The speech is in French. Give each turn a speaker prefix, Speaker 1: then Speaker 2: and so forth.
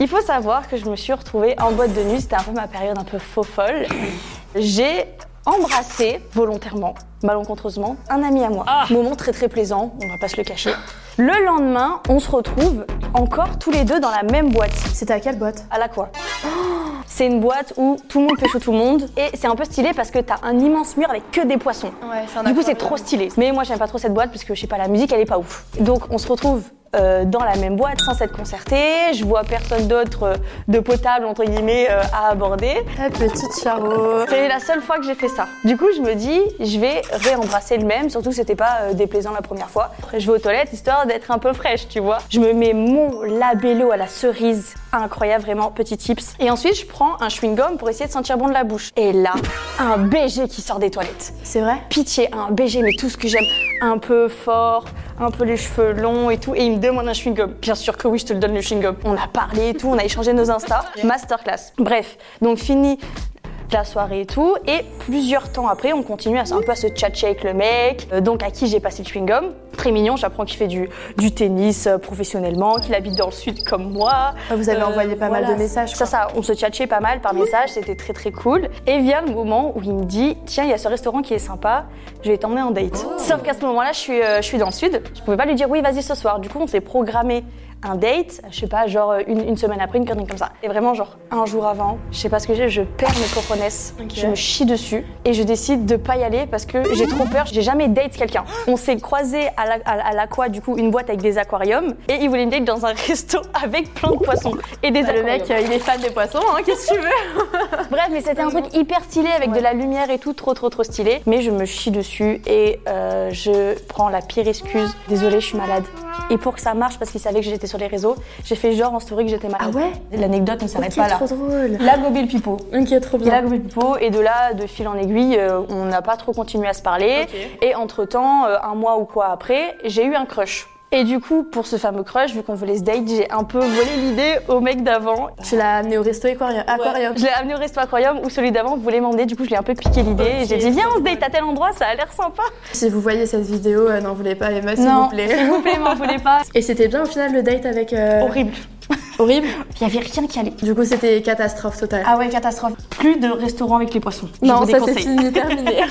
Speaker 1: Il faut savoir que je me suis retrouvée en boîte de nuit, c'était un peu ma période un peu faux folle. J'ai embrassé volontairement, malencontreusement, un ami à moi. Moment très très plaisant, on va pas se le cacher. Le lendemain, on se retrouve encore tous les deux dans la même boîte.
Speaker 2: C'était à quelle boîte
Speaker 1: À la quoi C'est une boîte où tout le monde pêche tout le monde et c'est un peu stylé parce que t'as un immense mur avec que des poissons.
Speaker 2: Ouais, c'est un
Speaker 1: Du coup, c'est
Speaker 2: aquarium.
Speaker 1: trop stylé. Mais moi, j'aime pas trop cette boîte parce que je sais pas, la musique, elle est pas ouf. Donc, on se retrouve euh, dans la même boîte sans s'être concerté. Je vois personne d'autre euh, de potable, entre guillemets, euh, à aborder.
Speaker 2: Eh, petite Charo.
Speaker 1: C'est la seule fois que j'ai fait ça. Du coup, je me dis, je vais réembrasser le même, surtout que c'était pas euh, déplaisant la première fois. Après, je vais aux toilettes histoire d'être un peu fraîche, tu vois. Je me mets mon labello à la cerise, incroyable, vraiment, petit tips. Et ensuite, je prends un chewing-gum pour essayer de sentir bon de la bouche. Et là, un BG qui sort des toilettes.
Speaker 2: C'est vrai
Speaker 1: Pitié, un BG, mais tout ce que j'aime, un peu fort, un peu les cheveux longs et tout. Et il me demande un chewing-gum. Bien sûr que oui, je te le donne le chewing-gum. On a parlé et tout, on a échangé nos Insta. Masterclass. Bref, donc fini la soirée et tout. Et plusieurs temps après, on continue à, un peu à se tchatcher avec le mec, euh, donc à qui j'ai passé le chewing-gum. Très mignon, j'apprends qu'il fait du, du tennis euh, professionnellement, qu'il habite dans le sud comme moi. Euh,
Speaker 2: Ah, vous avez envoyé pas mal de messages,
Speaker 1: Ça,
Speaker 2: quoi.
Speaker 1: ça, on se tchatchait pas mal par message, c'était très très cool. Et vient le moment où il me dit Tiens, il y a ce restaurant qui est sympa, je vais t'emmener en date. Sauf qu'à ce moment-là, je suis, euh, je suis dans le sud, je pouvais pas lui dire Oui, vas-y ce soir. Du coup, on s'est programmé un date, je sais pas, genre euh, une, une semaine après, une connerie comme ça. Et vraiment, genre, un jour avant, je sais pas ce que j'ai, je perds mes cochonnesses, je me chie dessus et je décide de pas y aller parce que j'ai trop peur, j'ai jamais date quelqu'un. On s'est croisé à l'aqua, la, à l'aqua, du coup, une boîte avec des aquariums et il voulait me date dans un resto avec plein de poissons et des
Speaker 2: Le
Speaker 1: aquariums.
Speaker 2: mec, euh, il est fan des poissons, hein, qu'est-ce que tu veux
Speaker 1: Bref, mais c'était un truc hyper stylé avec de la lumière et tout, trop trop trop stylé. Mais je me chie dessus et euh, je prends la pire excuse. Désolée, je suis malade. Et pour que ça marche, parce qu'il savait que j'étais sur les réseaux, j'ai fait genre en story que j'étais malade.
Speaker 2: Ah ouais
Speaker 1: L'anecdote ne s'arrête pas là.
Speaker 2: drôle.
Speaker 1: La gobée le pipeau.
Speaker 2: Ok, trop
Speaker 1: Il a
Speaker 2: bien.
Speaker 1: gommé le pipeau et de là, de fil en aiguille, euh, on n'a pas trop continué à se parler. Et entre-temps, euh, un mois ou quoi après, j'ai eu un crush. Et du coup, pour ce fameux crush, vu qu'on voulait se date, j'ai un peu volé l'idée au mec d'avant.
Speaker 2: Tu l'as amené au resto aquarium. aquarium.
Speaker 1: Je l'ai amené au resto aquarium où celui d'avant voulait m'emmener, du coup je l'ai un peu piqué l'idée et
Speaker 2: Ok.
Speaker 1: j'ai dit viens on se date à tel endroit, ça a l'air sympa.
Speaker 2: Si vous voyez cette vidéo, euh, n'en voulez pas les meufs, s'il vous
Speaker 1: s'il
Speaker 2: plaît.
Speaker 1: vous plaît, m'en voulez pas.
Speaker 2: Et c'était bien au final le date avec. euh,
Speaker 1: Horrible.
Speaker 2: horrible.
Speaker 1: Il y avait rien qui allait.
Speaker 2: Du coup, c'était catastrophe totale.
Speaker 1: Ah ouais, catastrophe. Plus de restaurant avec les poissons. Je
Speaker 2: non,
Speaker 1: vous
Speaker 2: ça c'est
Speaker 1: déconseille.
Speaker 2: fini, terminé.